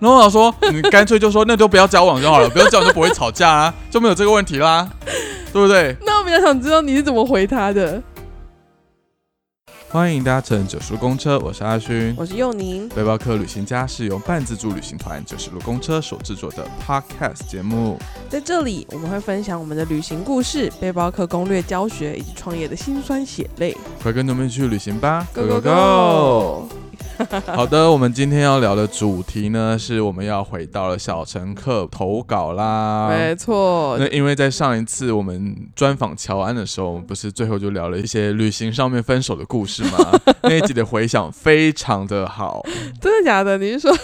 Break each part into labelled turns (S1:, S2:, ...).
S1: 然后我想说，你干脆就说那就不要交往就好了，不要交往就不会吵架啊，就没有这个问题啦，对不对？
S2: 那我比较想知道你是怎么回他的。
S1: 欢迎搭乘九十路公车，我是阿勋。
S2: 我是佑宁，
S1: 背包客旅行家是由半自助旅行团九十路公车所制作的 Podcast 节目。
S2: 在这里我们会分享我们的旅行故事、背包客攻略教学以及创业的辛酸血泪。
S1: 快跟着我们一起去旅行吧
S2: Go go go！
S1: 好的，我们今天要聊的主题呢，是我们要回到了小乘客投稿啦。
S2: 没错
S1: 那，因为在上一次我们专访乔安的时候，我们不是最后就聊了一些旅行上面分手的故事 吗？那一集的回响非常的好，
S2: 真的假的？你是说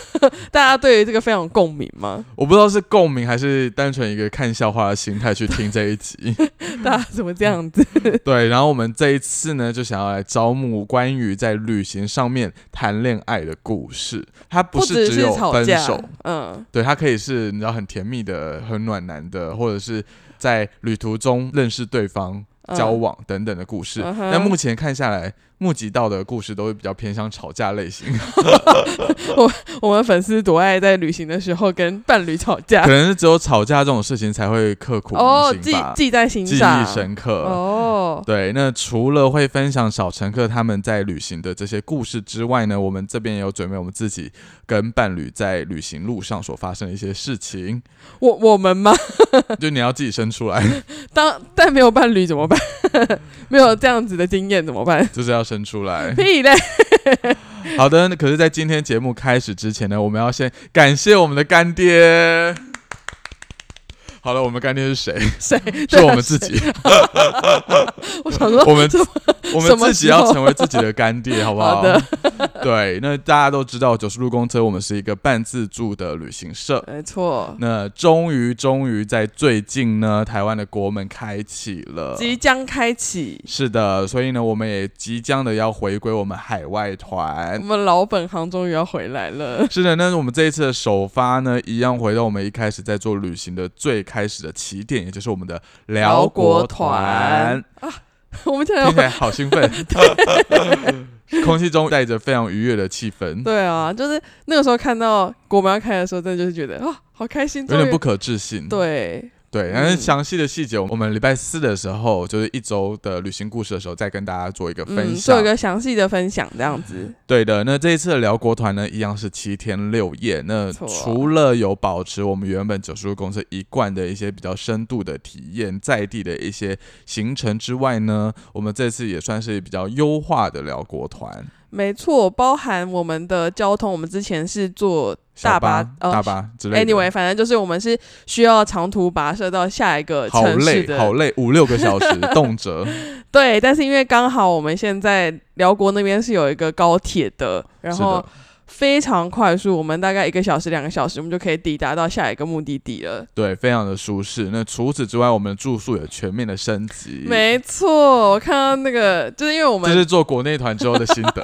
S2: 大家对于这个非常有共鸣吗？
S1: 我不知道是共鸣还是单纯一个看笑话的心态去听这一 集。
S2: 大家怎么这样子？
S1: 对，然后我们这一次呢，就想要来招募关于在旅行上面谈恋爱的故事，它 不
S2: 只
S1: 是只有
S2: 吵
S1: 分
S2: 架
S1: 手，，
S2: 嗯，
S1: 对，它可以是你知道很甜蜜的、很暖男的，或者是在旅途中认识对方、
S2: 嗯
S1: 交往等等的故事。
S2: 嗯哼
S1: 但目前看下来，募集到的故事都会比较偏向吵架类型，
S2: 啊我们粉丝多爱在旅行的时候跟伴侣吵架
S1: 可，能是只有吵架这种事情才会刻骨
S2: 哦，
S1: 铭
S2: 记
S1: 心吧，
S2: 记在心
S1: 记
S2: 上，
S1: 忆深刻。
S2: 哦，
S1: 对，那除了会分享小乘客他们在旅行的这些故事之外呢，我们这边也有准备我们自己跟伴侣在旅行路上所发生的一些事情，
S2: 我我们吗？
S1: 就你要自己生出来，
S2: 当但没有伴侣怎么
S1: 嗯
S2: 办？没有这样子的经验怎么 办？
S1: 就是要生出来。
S2: 屁嘞！
S1: 好的，那可是，在今天节目开始之前呢，我们要先感谢我们的干爹。好了，我们干爹是 谁？
S2: 谁？啊
S1: 是我们自己，
S2: 我想说，
S1: 我们
S2: 这
S1: 我
S2: 什
S1: 们
S2: 么
S1: 自己
S2: 时
S1: 要
S2: 候
S1: 成为自己的干爹，好不好？
S2: 好的
S1: 对，那大家都知道，九十路公车我们是一个半自助的旅行社，
S2: 没错，
S1: 那终于终于在最近呢，台湾的国门开启了。
S2: 即将开启
S1: 是的，所以呢，我们也即将的要回归我们海外
S2: 我
S1: 团。
S2: 们老本行终于要回来了。
S1: 是的，那我们这一次的首发呢，一样回到我们一开始在做旅行的最开始的起点，也就是我们的辽国团。
S2: 我们现在
S1: 听起
S2: 要
S1: 来好兴奋， 空气中带着非常愉悦的气氛，
S2: 对啊，就是那个时候看到国门要开的时候，真的就是觉得啊，好开心，
S1: 有
S2: 终
S1: 点
S2: 于
S1: 不可置信。
S2: 对，
S1: 对，
S2: 嗯
S1: 但是详细的细节，我们礼拜四的时候，就是一周的旅行故事的时候，再跟大家做一个分
S2: 嗯，
S1: 享。嗯
S2: 做一个详细的分享，这样子
S1: 对的，那这一次的辽国团呢，一样是七天六夜。那
S2: 没错
S1: 除了有保持我们原本九十路公司一贯的一些比较深度的体验，在地的一些行程之外呢，我们这次也算是比较优化的辽国团。
S2: 没错，包含我们的交通，我们之前是坐
S1: 小
S2: 大
S1: 巴、
S2: 巴呃
S1: 大巴之类的
S2: anyway，反正就是我们是需要长途跋涉到下一个
S1: 好
S2: 城市
S1: 累，
S2: 的，
S1: 好累，五六个小 时，动辄。
S2: 对，但是因为刚好我们现在辽国那边是有一个高铁的，然
S1: 是
S2: 后
S1: 的，
S2: 非常快速，我们大概一个小时、两个小时，我们就可以抵达到下一个目的地了。
S1: 对，非常的舒适。那除此之外，我们的住宿也全面的升级。
S2: 没错，我看到那个，就是因为我
S1: 这嗯
S2: 们、
S1: 是做国内团之后的心得，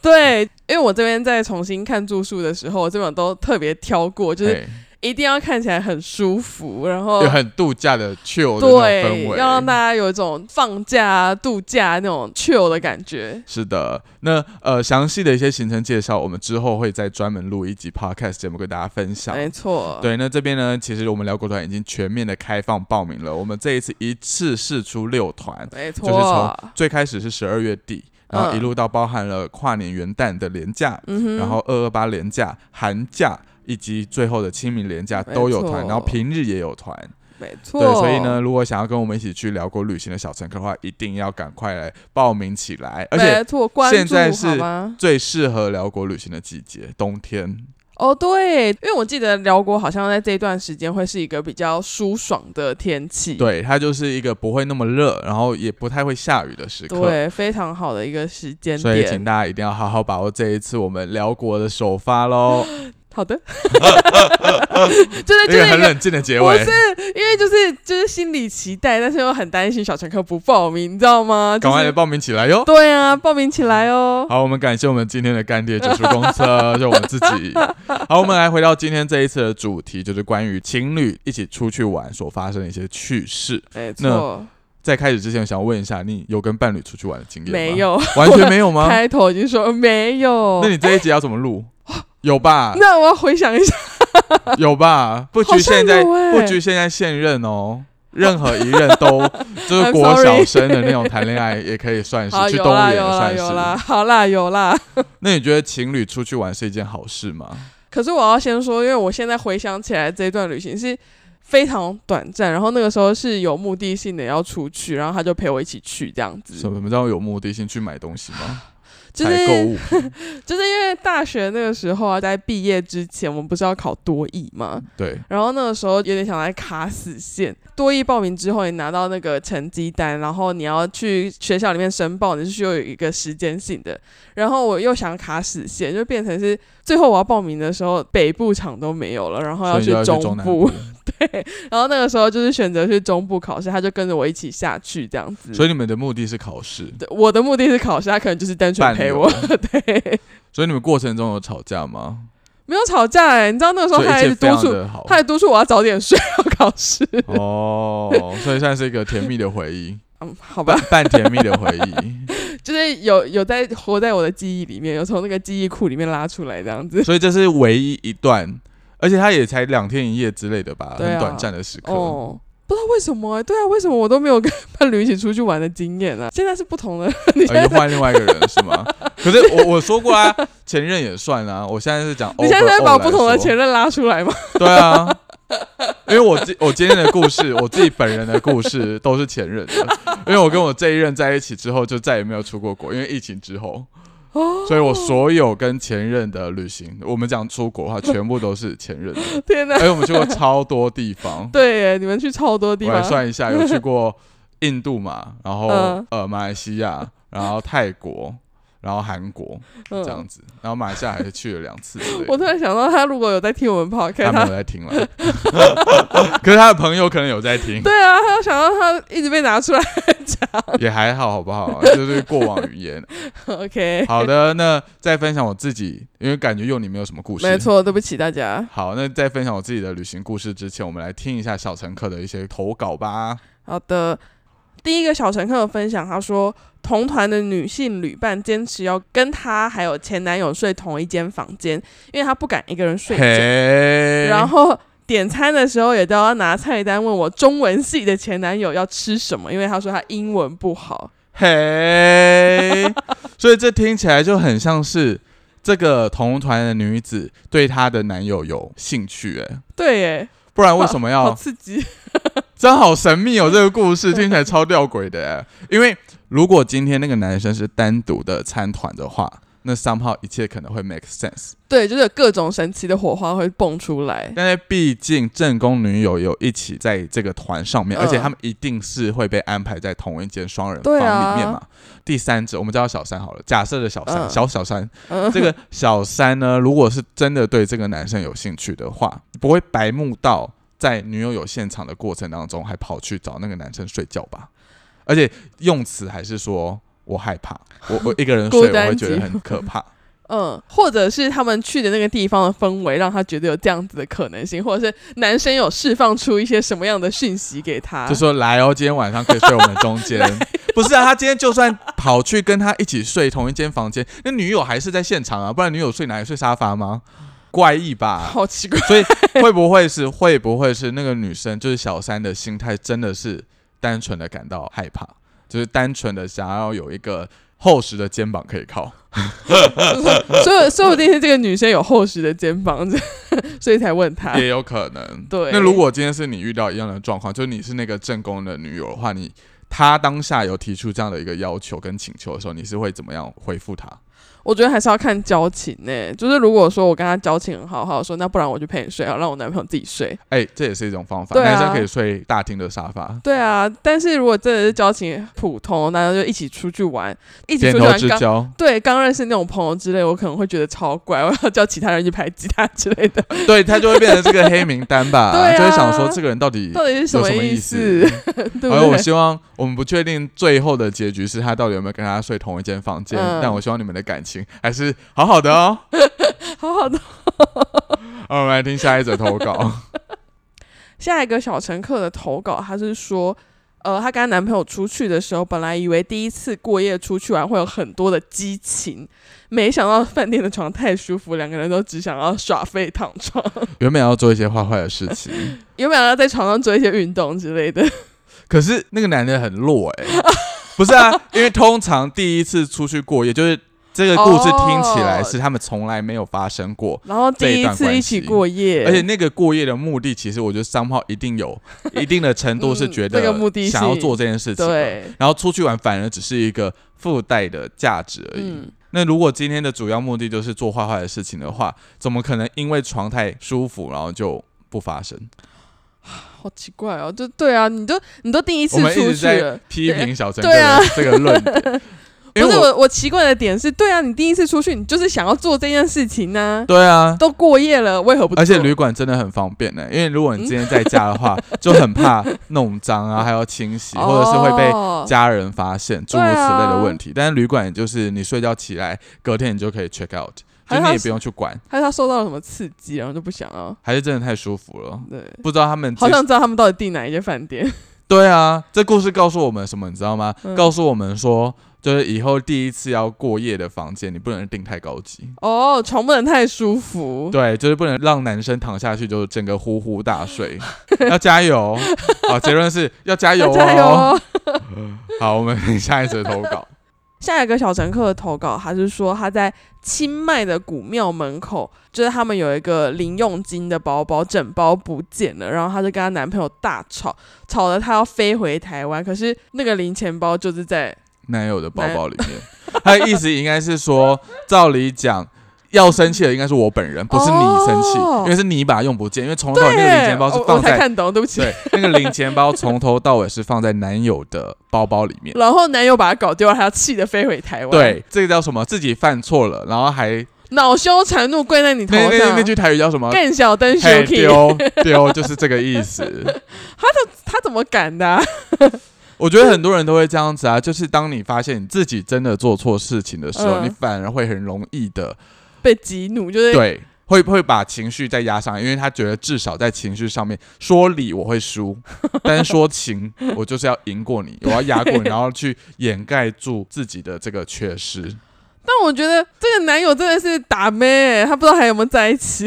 S2: 对，因为我这边在重新看住宿的时候，我这边都特别挑过， 就是
S1: 嘿
S2: 一定要看起来很舒服，然后
S1: 有很度假的 chill 的那种
S2: 对
S1: 氛，围，
S2: 要让大家有一种放假、度假那种 chill 的感觉。
S1: 是的，那呃，详细的一些行程介绍，我们之后会再专门录一集 podcast 节目跟大家分享。
S2: 没错，
S1: 对，那这边呢，其实我们辽国团已经全面的开放报名了。我们这一次一次试出六团，
S2: 没
S1: 就是从
S2: 错，
S1: 最开始是十二月底，然后
S2: 嗯
S1: 一路到包含了跨年元旦的连假，
S2: 嗯哼，
S1: 然后二二八连假、寒假以及最后的清明连假
S2: 没
S1: 都有团，
S2: 错
S1: 然后平日也有团。
S2: 没错，
S1: 对，所以呢，，如果想要跟我们一起去辽国旅行的小乘客的话，一定要赶快来报名起来，而且
S2: 没错，关
S1: 现
S2: 注
S1: 在
S2: 好
S1: 是
S2: 吗？
S1: 最适合辽国旅行的季节，冬天。
S2: 哦，对，因为我记得辽国好像在这一段时间会是一个比较舒爽的天气，
S1: 对，它就是一个不会那么热，然后也不太会下雨的时刻。
S2: 对，非常好的一个时间
S1: 所以，请
S2: 点。
S1: 大家一定要好好把握这一次我们辽国的首发 喽，
S2: 好的，就是
S1: 一
S2: 就是
S1: 个
S2: 一
S1: 很
S2: 个。
S1: 冷静的结
S2: 不
S1: 尾
S2: 是。，因为就是就是心里期待，但是又很担心小乘客不报名，你知道吗？
S1: 赶
S2: 就
S1: 快来
S2: 是
S1: 报名起来哟！
S2: 对啊，报名起来哦。
S1: 好，我们感谢我们今天的干爹九叔公车，就我们自 己。好，我们来回到今天这一次的主题，就是关于情侣一起出去玩所发生的一些趣事。
S2: 没
S1: 那
S2: 错，
S1: 在开始之前，我想问一下，你有跟伴侣出去玩的经验吗？
S2: 没，有，
S1: 完全没有吗？
S2: 开头已经说没有
S1: 那。你这一集要怎么录？ 有吧？
S2: 那我要回想一下，
S1: 有吧？不局限在、
S2: 好像有欸
S1: 不局限在现任哦，任何一任 都就是
S2: I'm
S1: 国小
S2: sorry
S1: 生的那种谈恋爱也可以算是
S2: 好，，
S1: 去
S2: 啊有
S1: 动物
S2: 啦，
S1: 园
S2: 有
S1: 也
S2: 啦，
S1: 算
S2: 有啦，
S1: 是。
S2: 好啦，有啦。
S1: 那你觉得情侣出去玩是一件好事吗？
S2: 可是我要先说，因为我现在回想起来这一段旅行是非常短暂，然后那个时候是有目的性的要出去，然后他就陪我一起去这样子
S1: 什，么叫有目的性去买东西吗？
S2: 就
S1: 采购
S2: 是
S1: 物
S2: 就是因为大学那个时候啊，在毕业之前我们不是要考多艺嘛，
S1: 对，
S2: 然后那个时候有点想来卡死线，多艺报名之后你拿到那个成绩单，然后你要去学校里面申报，你是需要有一个时间性的，然后我又想卡死线，就变成是最后我要报名的时候北部场都没有了，然后
S1: 所以
S2: 去
S1: 就要去中
S2: 中
S1: 南
S2: 部。嗯然后那个时候就是选择去中部考试，他就跟着我一起下去这样子。
S1: 所
S2: 以
S1: 以你们的目的是考试，
S2: 我的目的是考试，他可能就是单纯
S1: 伴
S2: 陪
S1: 游
S2: 我。 对，
S1: 所以你们过程中有吵架吗？
S2: 没有吵架哎、你知道那个时候
S1: 所以
S2: 他
S1: 一
S2: 还
S1: 切
S2: 督
S1: 非常哦
S2: 促，
S1: 的好
S2: 他还督促我要早点睡， 要考试。
S1: 哦，所以算是一个甜蜜的回 忆，
S2: 嗯，好吧
S1: 半，半甜蜜的回忆。
S2: 就是有有在活在我的记忆里面，有从那个记忆库里面拉出来这样 子。
S1: 所以这是唯一一段，而且它也才两天一夜之类的吧，
S2: 对啊
S1: 很短暂的时刻。
S2: 哦，不知道为什么、欸，对啊，为什么我都没有跟 伴侣一起出去玩的经验啊？现在是不同的，你现
S1: 呃，
S2: 在
S1: 又换另外一个人是 吗？可是我我说过啊，前任也算啊。我现在是讲 overall 来说，
S2: 你现在在把不同的前任拉出来吗？
S1: 对啊，因为我自我今天的故事，我自己本人的故事都是前 任的，因为我跟我这一任在一起之后，就再也没有出过国，因为疫情之后，
S2: 哦，
S1: 所以我所有跟前任的旅行，我们讲出国的话，全部都是前 任的。
S2: 天哪！
S1: 而且我们去过超多地方，
S2: 对、欸，你们去超多地
S1: 我
S2: 方
S1: 来，算一下，有去 过印度嘛，然后、
S2: 嗯
S1: 呃马来西亚，然后泰国，然后韩国
S2: 嗯
S1: 这样子，然后马来西亚还是去了两次之类
S2: 我
S1: 的。
S2: 突然想到，他如果有在听我们
S1: 他
S2: podcast，
S1: 没有
S2: 他
S1: 在听 了，可是他的朋友可能有在听，
S2: 对啊，他想到他一直被拿出来。
S1: 也还好，好不好？ 就是过往语言。
S2: OK，
S1: 好的，那再分享我自己，因为感觉又你没有什么故事。
S2: 没。错，对不起大家。
S1: 好，那在分享我自己的旅行故事之前，我们来听一下小乘客的一些投稿吧。
S2: 好的，第一个小乘客有分享，他说同团的女性旅伴坚持要跟她还有前男友睡同一间房间，因为她不敢一个人睡觉。
S1: 嘿，
S2: 然后点餐的时候也都要拿菜单问我中文系的前男友要吃什么，因为他说他英文不好。
S1: 嘿，所以这听起来就很像是这个同团的女子对她的男友有兴趣、哎，
S2: 对耶，
S1: 不然为什么
S2: 好
S1: 要？
S2: 刺激。
S1: 真好神秘哦，这个故事听起来超吊诡的、哎因为如果今天那个男生是单独的参团的话，那 somehow 一切可能会 make sense。
S2: 对，就是有各种神奇的火花会蹦出来。
S1: 但是毕竟正宫女友有一起在这个团上面，
S2: 嗯
S1: 而且他们一定是会被安排在同一间双人房
S2: 对啊
S1: 里面嘛。第三者，我们叫他小三好了，假设的小三，
S2: 嗯
S1: 小小三，
S2: 嗯，
S1: 这个小三呢，如果是真的对这个男生有兴趣的话，不会白目到在女友有现场的过程当中还跑去找那个男生睡觉吧？而且用词还是说我害怕，我我一个人睡
S2: 孤
S1: 我
S2: 单
S1: 会觉得
S2: 寂
S1: 很可怕。
S2: 嗯，或者是他们去的那个地方的氛围，让他觉得有这样子的可能性，或者是男生有释放出一些什么样的讯息给 他，
S1: 就说来哦，今天晚上可以睡我们中间。不是啊，他今天就算跑去跟他一起睡同一间房间，那女友还是在现场啊，不然女友睡哪里？睡沙发吗？怪异吧？
S2: 好奇怪。
S1: 所以会不会是会不会是那个女生就是小三的心态真的是单纯的感到害怕，就是单纯的想要有一个厚实的肩膀可以 靠？
S2: 哦所以说不定是这个女生有厚实的肩膀， 这所以才问他。
S1: 也有可能。
S2: 对
S1: 那如果今天是你遇到一样的状况，就是你是那个正宫的女友的话，你她当下有提出这样的一个要求跟请求的时候，你是会怎么样回复她？
S2: 我觉得还是要看交情呢、就是如果说我跟他交情很好，好说那不然我就陪你睡，好让我男朋友自己睡。
S1: 哎、这也是一种方法。
S2: 对啊
S1: 男生可以睡大厅的沙发，
S2: 对啊，但是如果真的是交情普通，那就一起出去玩，一起
S1: 点
S2: 出去
S1: 头
S2: 玩
S1: 之
S2: 刚。
S1: 交。
S2: 对，刚认识那种朋友之类，我可能会觉得超怪， 我要叫其他人去排挤他之类的。
S1: 对他就会变成这个黑名单吧，
S2: 对啊
S1: 就会想说这个人到底
S2: 到底是什
S1: 有
S2: 么
S1: 什么
S2: 意
S1: 思
S2: 思？？ 哎对不
S1: 哎而我
S2: 对？
S1: 希望我们不确定最后的结局是他到底有没有跟他睡同一间房间，
S2: 嗯
S1: 但我希望你们的感情还是好好的哦。
S2: 好好的。
S1: 好，我们来 听下一则投稿。
S2: 下一个小乘客的投稿，他是说呃，她跟她男朋友出去的时候，本来以为第一次过夜出去玩会有很多的激情，没想到饭店的床太舒服，两个人都只想要耍废躺床，
S1: 原本要做一些坏坏的事情，
S2: 有没有要在床上做一些运动之类的？
S1: 可是那个男的很弱哎、不是啊，因为通常第一次出去过夜，就是这个故事听起来是他们从来没有发生过，
S2: 然后
S1: 这
S2: 第
S1: 一
S2: 一
S1: 段
S2: 次
S1: 关
S2: 一起
S1: 系
S2: 过 夜，
S1: 而且那个过夜的目的，其实我觉得三炮一定 有一定的程度是觉得
S2: 嗯这个目的性
S1: 想要做这件事情的，
S2: 对，
S1: 然后出去玩反而只是一个附带的价值而已。
S2: 嗯，
S1: 那如果今天的主要目的就是做坏坏的事情的话，怎么可能因为床太舒服，然后就不发生？
S2: 好奇怪哦，就对啊，你都你都第一次
S1: 我们一
S2: 出
S1: 直
S2: 去
S1: 在
S2: 了。
S1: 批评小陈这
S2: 对啊
S1: 个这个论点，因
S2: 不
S1: 为
S2: 是我，我奇怪的点是，对啊，你第一次出去，你就是想要做这件事 情呢、
S1: 对啊，
S2: 都过夜了，为何不做？
S1: 而且旅馆真的很方便呢、因为如果你今天在家的话，就很怕弄脏 啊，还要清洗，或者是会被
S2: 哦
S1: 家人发现诸如
S2: 对
S1: 此
S2: 啊
S1: 类的问题。但是旅馆也就是你睡觉起来，隔天你就可以 check out，就
S2: 还有
S1: 你
S2: 它
S1: 也
S2: 是
S1: 不用去管，
S2: 还是他受到了什么刺激，然后就不想要。
S1: 还是真的太舒服了。
S2: 对，
S1: 不知道他们
S2: 好
S1: 接
S2: 想知道他们到底订哪一间饭店。
S1: 对啊，这故事告诉我们什么，你知道吗？
S2: 嗯
S1: 告诉我们说，就是以后第一次要过夜的房间，你不能订太高级。
S2: 哦，床不能太舒服。
S1: 对，就是不能让男生躺下去就整个呼呼大睡， 要加油。 好，结论是要加油
S2: 大
S1: 哦。
S2: 加油哦！
S1: 好，我们下一则投稿。
S2: 下一个小乘客的投稿，他是说他在清迈的古庙门口，就是他们有一个零用金的包包，整包不见了，然后她就跟她男朋友大吵，吵得她要飞回台湾，可是那个零钱包就是在
S1: 男友的包包里 面，他的意思应该是说，照理讲，要生气的应该是我本人，不是你生气，
S2: 哦
S1: 因为是你把它用不见，因为从头到
S2: 对
S1: 尾那个零钱包是
S2: 我我
S1: 放
S2: 才
S1: 在
S2: 看懂，对不起。
S1: 对那个零钱包从头到尾是放在男友的包包里面。
S2: 然后男友把她搞丢了，她要气得飞回台湾，，
S1: 对，这个叫什么？自己犯错了，然后还
S2: 恼羞成怒跪在你头
S1: 那那那
S2: 上，
S1: 句台语叫什么？
S2: 更小灯
S1: 嘿
S2: Shuki，
S1: 丢丢，就是这个意思。
S2: 他怎么敢的啊、
S1: 我觉得很多人都会这样子啊，就是当你发现你自己真的做错事情的时候，
S2: 嗯
S1: 你反而会很容易的
S2: 被激怒，就是
S1: 对，会会把情绪再压上来，因为他觉得至少在情绪上面说理我会 输，但是说情我就是要赢过你，我要压过你， 然后去掩盖住自己的这个缺失。
S2: 但我觉得这个男友真的是打妹、他不知道还有没有在一起。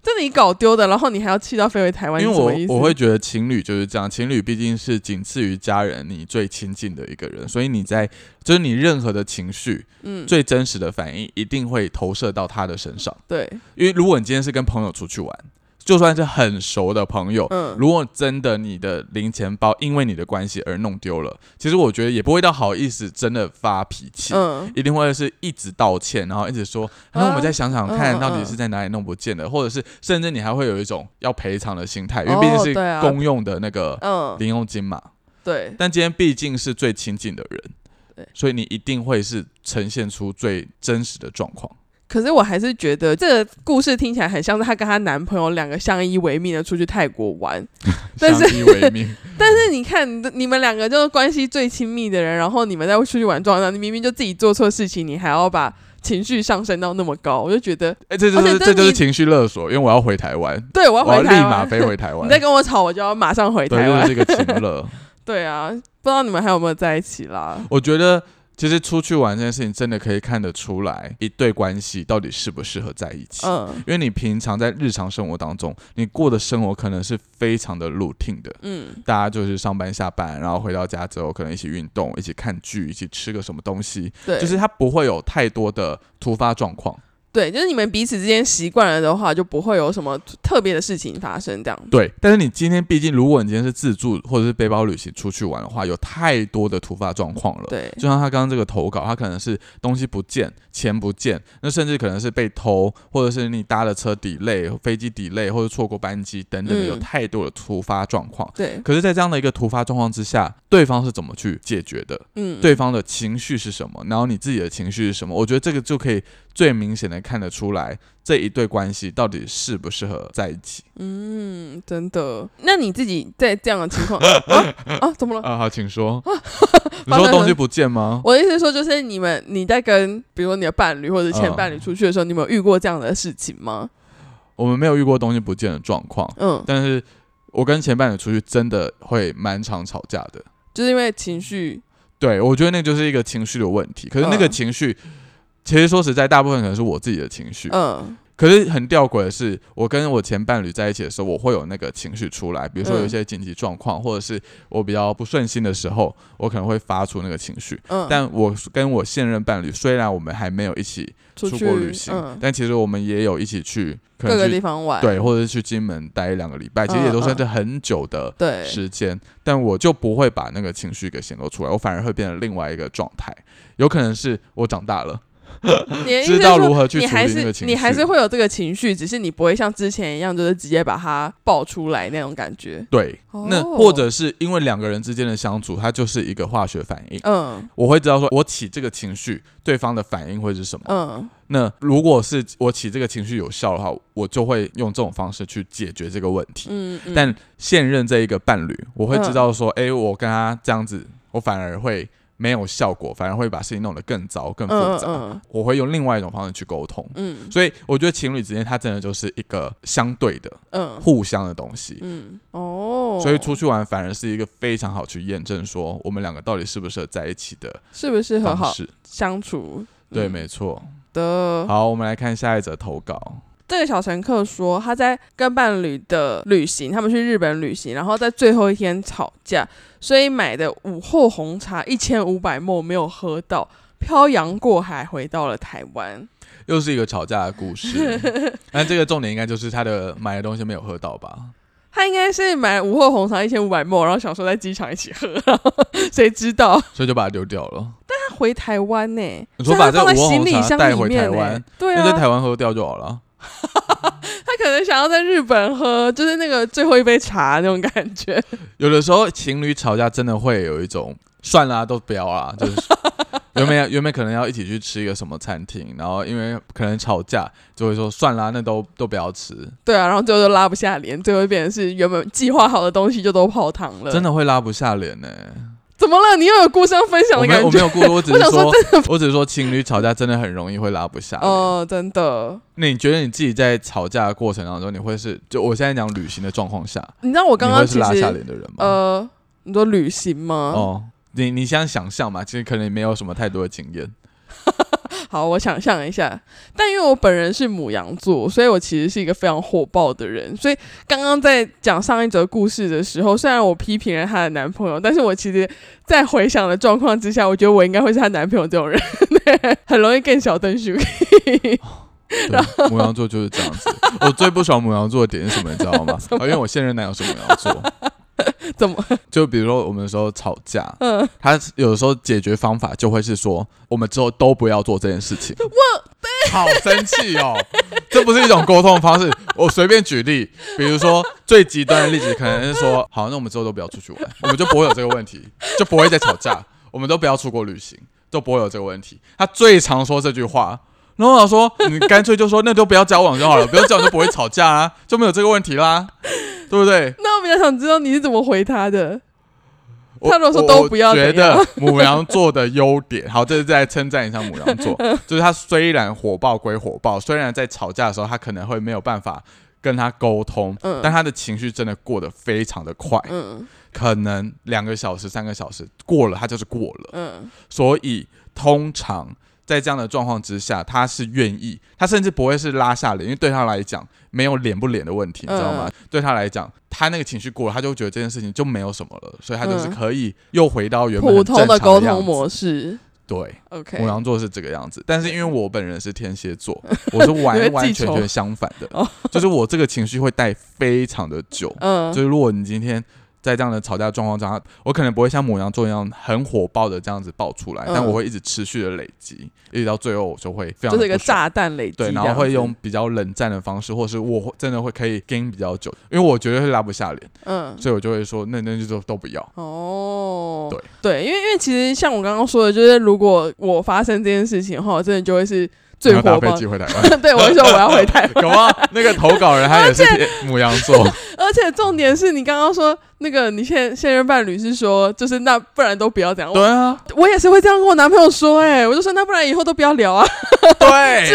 S2: 这你搞丢的，然后你还要气到飞回台湾，
S1: 因为
S2: 你什么意思
S1: 我我会觉得情侣就是这样，情侣毕竟是仅次于家人你最亲近的一个人，所以你在就是你任何的情绪，
S2: 嗯
S1: 最真实的反应一定会投射到他的身上。
S2: 对，
S1: 因为如果你今天是跟朋友出去玩，就算是很熟的朋友，
S2: 嗯，
S1: 如果真的你的零钱包因为你的关系而弄丢了，其实我觉得也不会到好意思真的发脾气，
S2: 嗯，
S1: 一定会是一直道歉，然后一直说，那我们再想想
S2: 嗯嗯
S1: 看到
S2: 嗯
S1: 底是在哪里弄不见的，或者是甚至你还会有一种要赔偿的心态，因
S2: 哦
S1: 为毕竟是
S2: 对啊
S1: 公用的那个
S2: 嗯，
S1: 零用金嘛。
S2: 对，
S1: 但今天毕竟是最亲近的
S2: 对
S1: 人，所以你一定会是呈现出最真实的状况。
S2: 可是我还是觉得这个故事听起来很像是她跟她男朋友两个相依为命的出去泰国玩，但是
S1: 相依为 命，
S2: 但是你看你们两个就是关系最亲密的人，然后你们在出去玩撞上，你明明就自己做错事情，你还要把情绪上升到那么高，我就 觉得，
S1: 哎、这就
S2: 而且
S1: 是
S2: 这
S1: 这就是
S2: 哦你
S1: 情绪勒索，因为我要回台湾，
S2: 对我要
S1: 我要
S2: 回
S1: 立
S2: 台
S1: 马
S2: 湾，
S1: 飞回台湾。
S2: 你再跟我吵，我就要马上回
S1: 对，
S2: 台湾
S1: 就。是一个情乐。
S2: 对啊，不知道你们还有没有在一起啦？
S1: 我觉得其实出去玩这件事情，真的可以看得出来一对关系到底适不适合在一起。
S2: 嗯
S1: 因为你平常在日常生活当中，你过的生活可能是非常的 routine 的，
S2: 嗯，
S1: 大家就是上班下班，然后回到家之后可能一起运动、一起看剧、一起吃个什么东西，
S2: 对，
S1: 就是它不会有太多的突发状况。
S2: 对，就是你们彼此之间习惯了的话，就不会有什么特别的事情发生这样。
S1: 对，但是你今天毕竟，如果你今天是自助或者是背包旅行出去玩的话，有太多的突发状况了。
S2: 对，
S1: 就像他刚刚这个投稿，他可能是东西不见、钱不见，那甚至可能是被偷，或者是你搭了车 delay、飞机 delay，或者错过班机等等的，
S2: 嗯
S1: 有太多的突发状况。
S2: 对，
S1: 可是，在这样的一个突发状况之下，对方是怎么去解决的？
S2: 嗯，
S1: 对方的情绪是什么？然后你自己的情绪是什么？我觉得这个就可以最明显的看得出来，这一对关系到底适不适合在一起。
S2: 嗯，真的。那你自己在这样的情 况啊啊，怎么了？
S1: 啊，好，请 说。你
S2: 发生
S1: 说
S2: 了
S1: 东西不见吗？
S2: 我的意思是说，就是你们你在跟比如说你的伴侣或者
S1: 嗯
S2: 前伴侣出去的时候，你们有遇过这样的事情吗？
S1: 我们没有遇过东西不见的状况，
S2: 嗯，
S1: 但是我跟前伴侣出去真的会蛮常吵架的。
S2: 就是因为情绪，
S1: 对，我觉得那就是一个情绪的问题。可是那个
S2: 嗯
S1: 情绪，其实说实在，大部分可能是我自己的情绪。
S2: 嗯
S1: 可是很吊诡的是，我跟我前伴侣在一起的时候，我会有那个情绪出来，比如说有一
S2: 嗯
S1: 些紧急状况，或者是我比较不顺心的时候，我可能会发出那个情绪。
S2: 嗯，
S1: 但我跟我现任伴侣，虽然我们还没有一起
S2: 出去
S1: 国旅行，
S2: 嗯，
S1: 但其实我们也有一起去可
S2: 各
S1: 能
S2: 个
S1: 去
S2: 地方嗯玩，
S1: 对，或者是去金门待两个礼拜，其实也都算是很久的
S2: 对，
S1: 时间，但我就不会把那个情绪给显露出来，我反而会变成另外一个状态，有可能是我长大了，
S2: 你的意思
S1: 知
S2: 是
S1: 道
S2: 说
S1: 如何去
S2: 你
S1: 处
S2: 还
S1: 理那个
S2: 是
S1: 情绪，
S2: 你还是会有这个情绪，只是你不会像之前一样，就是直接把它爆出来那种感觉。
S1: 对，那
S2: 哦
S1: 或者是因为两个人之间的相处，它就是一个化学反应，
S2: 嗯
S1: 我会知道说我起这个情绪，对方的反应会是什么。
S2: 嗯
S1: 那如果是我起这个情绪有效的话，我就会用这种方式去解决这个问题。
S2: 嗯，嗯
S1: 但现任这一个伴侣，我会知
S2: 嗯
S1: 道说，哎、我跟他这样子，我反而会没有效果，反而会把事情弄得更糟、更复
S2: 嗯
S1: 杂。
S2: 嗯
S1: 我会用另外一种方式去沟通。
S2: 嗯
S1: 所以我觉得情侣之间，它真的就是一个相对的、
S2: 嗯
S1: 互相的东西。
S2: 嗯哦，
S1: 所以出去玩反而是一个非常好去验证说我们两个到底适不适合在一起的
S2: 是不是很
S1: 方
S2: 好
S1: 式。
S2: 相处？
S1: 对，
S2: 嗯
S1: 没错。
S2: 的。
S1: 好，我们来看下一则投稿。
S2: 这个小乘客说，他在跟伴侣的旅行，他们去日本旅行，然后在最后一天吵架，所以买的午后红茶一千五百沫没有喝到，漂洋过海回到了台湾。
S1: 又是一个吵架的故事， 但这个重点应该就是他的买的东西没有喝到吧？
S2: 他应该是买午后红茶一千五百沫，然后想说在机场一起喝， 然后谁知道
S1: 所以就把它丢掉了。
S2: 他回台湾呢、
S1: 你说
S2: 所以
S1: 把
S2: 他
S1: 这
S2: 放在
S1: 午后
S2: 行
S1: 红
S2: 李
S1: 茶
S2: 箱
S1: 带
S2: 里
S1: 回
S2: 面
S1: 台
S2: 呢
S1: 湾，
S2: 对
S1: 那在台
S2: 啊，
S1: 湾喝掉就好了。
S2: 他可能想要在日本喝，就是那个最后一杯茶那种感觉。
S1: 有的时候情侣吵架真的会有一种算啦、都不要啦， 就是原本要原本可能要一起去吃一个什么餐厅，然后因为可能吵架就会说算啦、那都都不要吃，
S2: 对啊，然后最后就拉不下脸，最后变成是原本计划好的东西就都泡汤了。
S1: 真的会拉不下脸呢、
S2: 怎么了？你又有故乡分享
S1: 我
S2: 的
S1: 没有
S2: 感
S1: 我没
S2: 觉？
S1: 有过多，我只是
S2: 我想
S1: 说
S2: 说，
S1: 我只是说情侣吵架真的很容易会拉不下脸。
S2: 哦，真的。
S1: 那你觉得你自己在吵架的过程当中，你会是就我现在讲旅行的状况下，
S2: 你知道我刚刚
S1: 你会是
S2: 其
S1: 拉下
S2: 实
S1: 脸的人吗？
S2: 呃，你说旅行吗？
S1: 哦，你你想想象嘛，其实可能没有什么太多的经验。
S2: 好，我想象一下，但因为我本人是母羊座，所以我其实是一个非常火爆的人。所以刚刚在讲上一则故事的时候，虽然我批评了她的男朋友，但是我其实，在回想的状况之下，我觉得我应该会是她男朋友这种人， 对很容易更小灯熊。
S1: 对，母羊座就是这样子。 我最不喜欢母羊座的点是 什么，你知道吗？啊因为我现任男友是母羊 座，
S2: 怎么？
S1: 就比如说我们有时候吵架，他有的时候解决方法就会是说，我们之后都不要做这件事情。我 好生气哦！这不是一种沟通方式。我随便举例，比如说最极端的例子，可能是说，好，那我们之后都不要出去玩，我们就不会有这个问题，就不会再吵架，我们都不要出国旅行，都不会有这个问题。他最常说这句话。然后我想说，你干脆就说那就不要交往就好了，不要交往就不会吵架啊，就没有这个问题啦，对不对？
S2: 那我比较想知道你是怎么回他的。
S1: 我
S2: 他如果说
S1: 我
S2: 都
S1: 我
S2: 不要
S1: 觉
S2: 怎样
S1: 得母羊座的优点，好，这是在称赞一下母羊座，就是他虽然火爆归火爆，虽然在吵架的时候他可能会没有办法跟他沟通，
S2: 嗯
S1: 但他的情绪真的过得非常的快，
S2: 嗯
S1: 可能两个小时、三个小时过了，他就是过了，
S2: 嗯
S1: 所以通常。在这样的状况之下，他是愿意，他甚至不会是拉下脸，因为对他来讲没有脸不脸的问题，你知道吗？
S2: 嗯
S1: 对他来讲，他那个情绪过了，他就觉得这件事情就没有什么了，所以他就是
S2: 嗯
S1: 可以又回到原本
S2: 普
S1: 很
S2: 通
S1: 正常
S2: 沟
S1: 样子
S2: 通模式。
S1: 对，
S2: OK，
S1: 母羊座是这个样子，但是因为我本人是天蝎 座，我是完完全
S2: 你会记仇
S1: 全相反的
S2: 哦，
S1: 就是我这个情绪会带非常的久。
S2: 嗯
S1: 就是如果你今天在这样的吵架状况下，我可能不会像母羊座一样很火爆的这样子爆出来，
S2: 嗯
S1: 但我会一直持续的累积，一直到最后我就会非常
S2: 就
S1: 地
S2: 是一个
S1: 不爽
S2: 炸弹累积这
S1: 对，
S2: 样子，
S1: 然后会用比较冷战的方式，或是我会真的会可以跟比较久，因为我绝对会拉不下脸，
S2: 嗯
S1: 所以我就会说那那就都都不要。
S2: 哦，
S1: 对
S2: 对，因为因为其实像我刚刚说的，就是如果我发生这件事情的话，我真的就会是最
S1: 然后搭
S2: 火
S1: 飞
S2: 爆。
S1: 机回台湾。
S2: 对，我就说我要回台 湾。
S1: 搞不好那个投稿人他也 是天母羊座，
S2: 而且重点是你刚刚说那个你现现任伴侣是说，就是那不然都不要这样。我
S1: 对啊，
S2: 我也是会这样跟我男朋友说、欸，哎，我就说那不然以后都不要聊啊。
S1: 对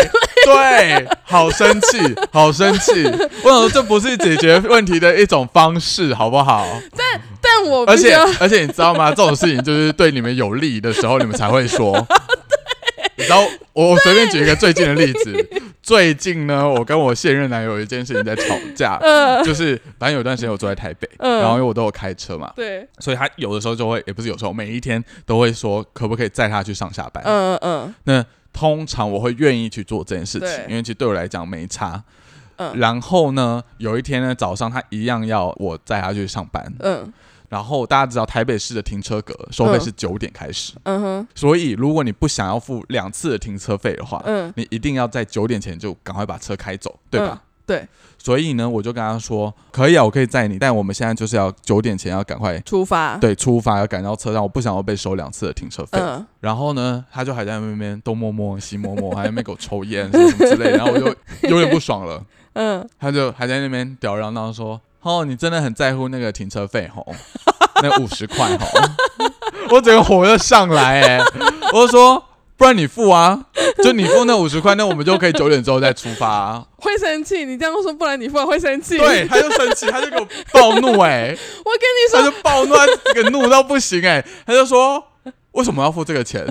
S1: 对，好生气，好生气！我想说这不是解决问题的一种方式，好不好？
S2: 但我
S1: 而
S2: 必须
S1: 且
S2: 要
S1: 而且你知道吗？这种事情就是对你们有利的时候，你们才会 说。然后我我随便举一个最近的例子， 最近呢，我跟我现任男友有一件事情在吵架，
S2: 嗯
S1: 就是反正有段时间我住在台北，
S2: 嗯
S1: 然后因为我都有开车嘛，
S2: 对，
S1: 所以他有的时候就会，也不是有时候，每一天都会说可不可以载他去上下班。
S2: 嗯嗯
S1: 那通常我会愿意去做这件事情
S2: 对，
S1: 因为其实对我来讲没差。
S2: 嗯
S1: 然后呢，有一天呢早上他一样要我载他去上班，
S2: 嗯
S1: 然后大家知道台北市的停车格收费是九点开始，
S2: 嗯哼
S1: 所以如果你不想要付两次的停车费的话，
S2: 嗯
S1: 你一定要在九点前就赶快把车开走，对吧？
S2: 对，
S1: 所以呢，我就跟他说，可以啊，我可以载你，但我们现在就是要九点前要赶快
S2: 出发。
S1: 对出发，要赶到车上，我不想要被收两次的停车费。
S2: 嗯，
S1: 然后呢，他就还在那边东摸摸西摸摸，还在那边给我抽烟什么什么之类的，然后我就有点不爽了，
S2: 嗯
S1: 他就还在那边吊儿郎当说：“哦，你真的很在乎那个停车费 吼，那五十块 吼。”我整个火就上来哎、我就说：“不然你付啊，就你付那五十块，那我们就可以九点之后再出发、啊。
S2: 会生气。你这样说，不然你不然会生”气。
S1: 对，他就生气，他就给我暴怒哎、
S2: 我跟你
S1: 他
S2: 说，
S1: 就暴怒，他啊这个怒到不行哎、他就说：“为什么要付这个钱？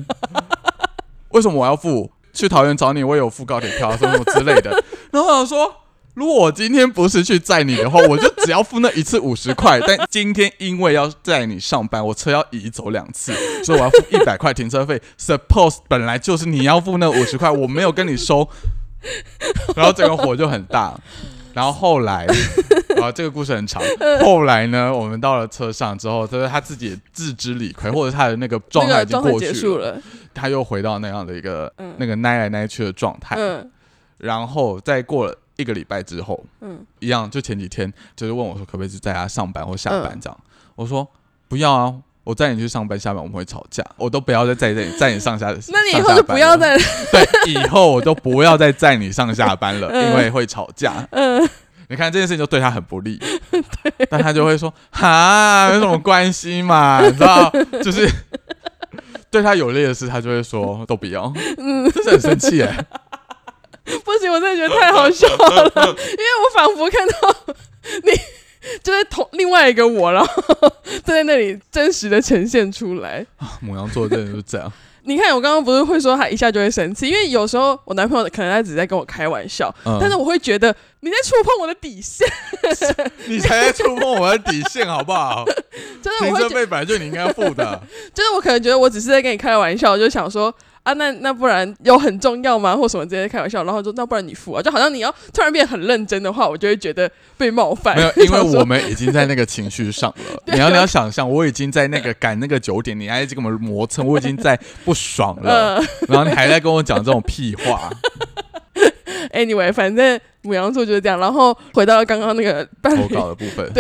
S1: 为什么我要付？去桃园找你，我也有付高铁票啊什么什么之类的。”然后我想说，如果我今天不是去载你的话，我就只要付那一次五十块。 但今天因为要载你上班，我车要移走两次，所以我要付一百块停车费。Suppose 本来就是你要付那五十块，我没有跟你收，然后整个火就很大。然后后来，啊，这个故事很 长。后来呢，我们到了车上之后，就是他自己也自知理亏，或者他的那个状
S2: 那
S1: 态已
S2: 个
S1: 经
S2: 状态
S1: 过
S2: 结
S1: 去
S2: 束
S1: 了，
S2: 了。
S1: 他又回到那样的一个、
S2: 嗯
S1: 那个奶来奶去的状态。
S2: 嗯
S1: 然后再过了一个礼拜之后，
S2: 嗯
S1: 一样就前几天就是问我说可不可以去载他上班或下班
S2: 嗯
S1: 这样，我说不要啊，我载你去上班下班我们会吵架，我都不要再载载你载你上下，
S2: 那你以
S1: 上
S2: 后
S1: 下
S2: 就
S1: 班
S2: 不要
S1: 了
S2: 再
S1: 对，以后我都不要再载你上下班了，
S2: 嗯
S1: 因为会吵架。
S2: 嗯，
S1: 你看这件事情就对他很不 利，但他就会说哈，有什么关系嘛？ 你知道，就是 对他有利的事，他就会说都不要，嗯，这是很生气哎、
S2: 不行，我真的觉得太好笑了，因为我仿佛看到你 就是同另外一个我，然后站在那里真实的呈现出来。
S1: 母羊座真的就是这样，
S2: 你看，我刚刚不是会说他一下就会生气，因为有时候我男朋友可能他只是在跟我开玩笑，
S1: 嗯
S2: 但是我会觉得你在触碰我的底线，
S1: 你才在触碰我的底线，好不 好？
S2: 就是
S1: 停
S2: 我
S1: 车
S2: 会觉，
S1: 费本来就你应该付 的，
S2: 就是我可能觉得我只是在跟你开玩笑，就想说。啊，那那不然有很重要吗？或什么直接开玩笑，然后说那不然你付啊，就好像你要突然变很认真的话，我就会觉得被冒犯。
S1: 没有，因为
S2: 想说
S1: 我们已经在那个情绪上 了。你要你要想象，我已经在那个赶那个九点，你还一直跟我们磨蹭，我已经在不爽了，
S2: 呃
S1: 然后你还在跟我讲这种屁话。
S2: ，anyway，反正母羊座就是这样。然后回到刚刚那个伴
S1: 投
S2: 侣，
S1: 稿的部分，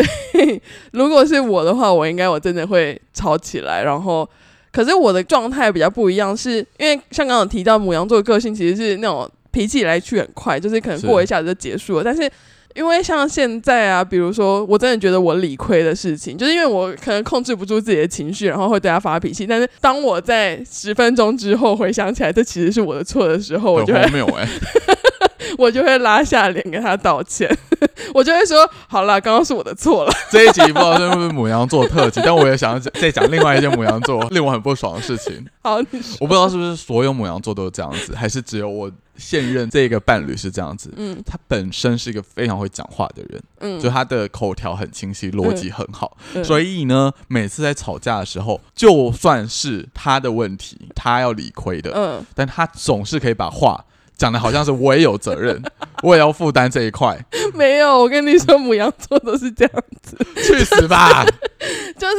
S2: 如果是我的话，我应该我真的会吵起来。然后，可是我的状态比较不一样是，因为像刚刚有提到母羊座的个性其实是那种脾气来去很快，就是可能
S1: 是
S2: 过一下子就结束了。但是因为像现在啊，比如说我真的觉得我理亏的事情，就是因为我可能控制不住自己的情绪，然后会对他发脾气。但是当我在十分钟之后回想起来，这其实是我的错的时候，我
S1: 很
S2: 就会
S1: 荒谬哎、
S2: 我就会拉下脸跟他道歉， 我就会说好啦，刚刚是我的错了。
S1: 这一集不知道是不是母羊座特辑，但我也想要再讲另外一件母羊座令我很不爽的事情。
S2: 好，你说
S1: 我不知道是不是所有母羊座都是这样子，还是只有我现任这个伴侣是这样子。
S2: 嗯
S1: 他本身是一个非常会讲话的人，
S2: 嗯，
S1: 就他的口条很清晰，逻辑很好，
S2: 嗯
S1: 所以呢，每次在吵架的时候，就算是他的问题，他要理亏的，
S2: 嗯
S1: 但他总是可以把话讲的好像是我也有责 任，我也要负担这一块，
S2: 没有，我跟你说，母羊座都是这样，
S1: 去死吧！
S2: 就是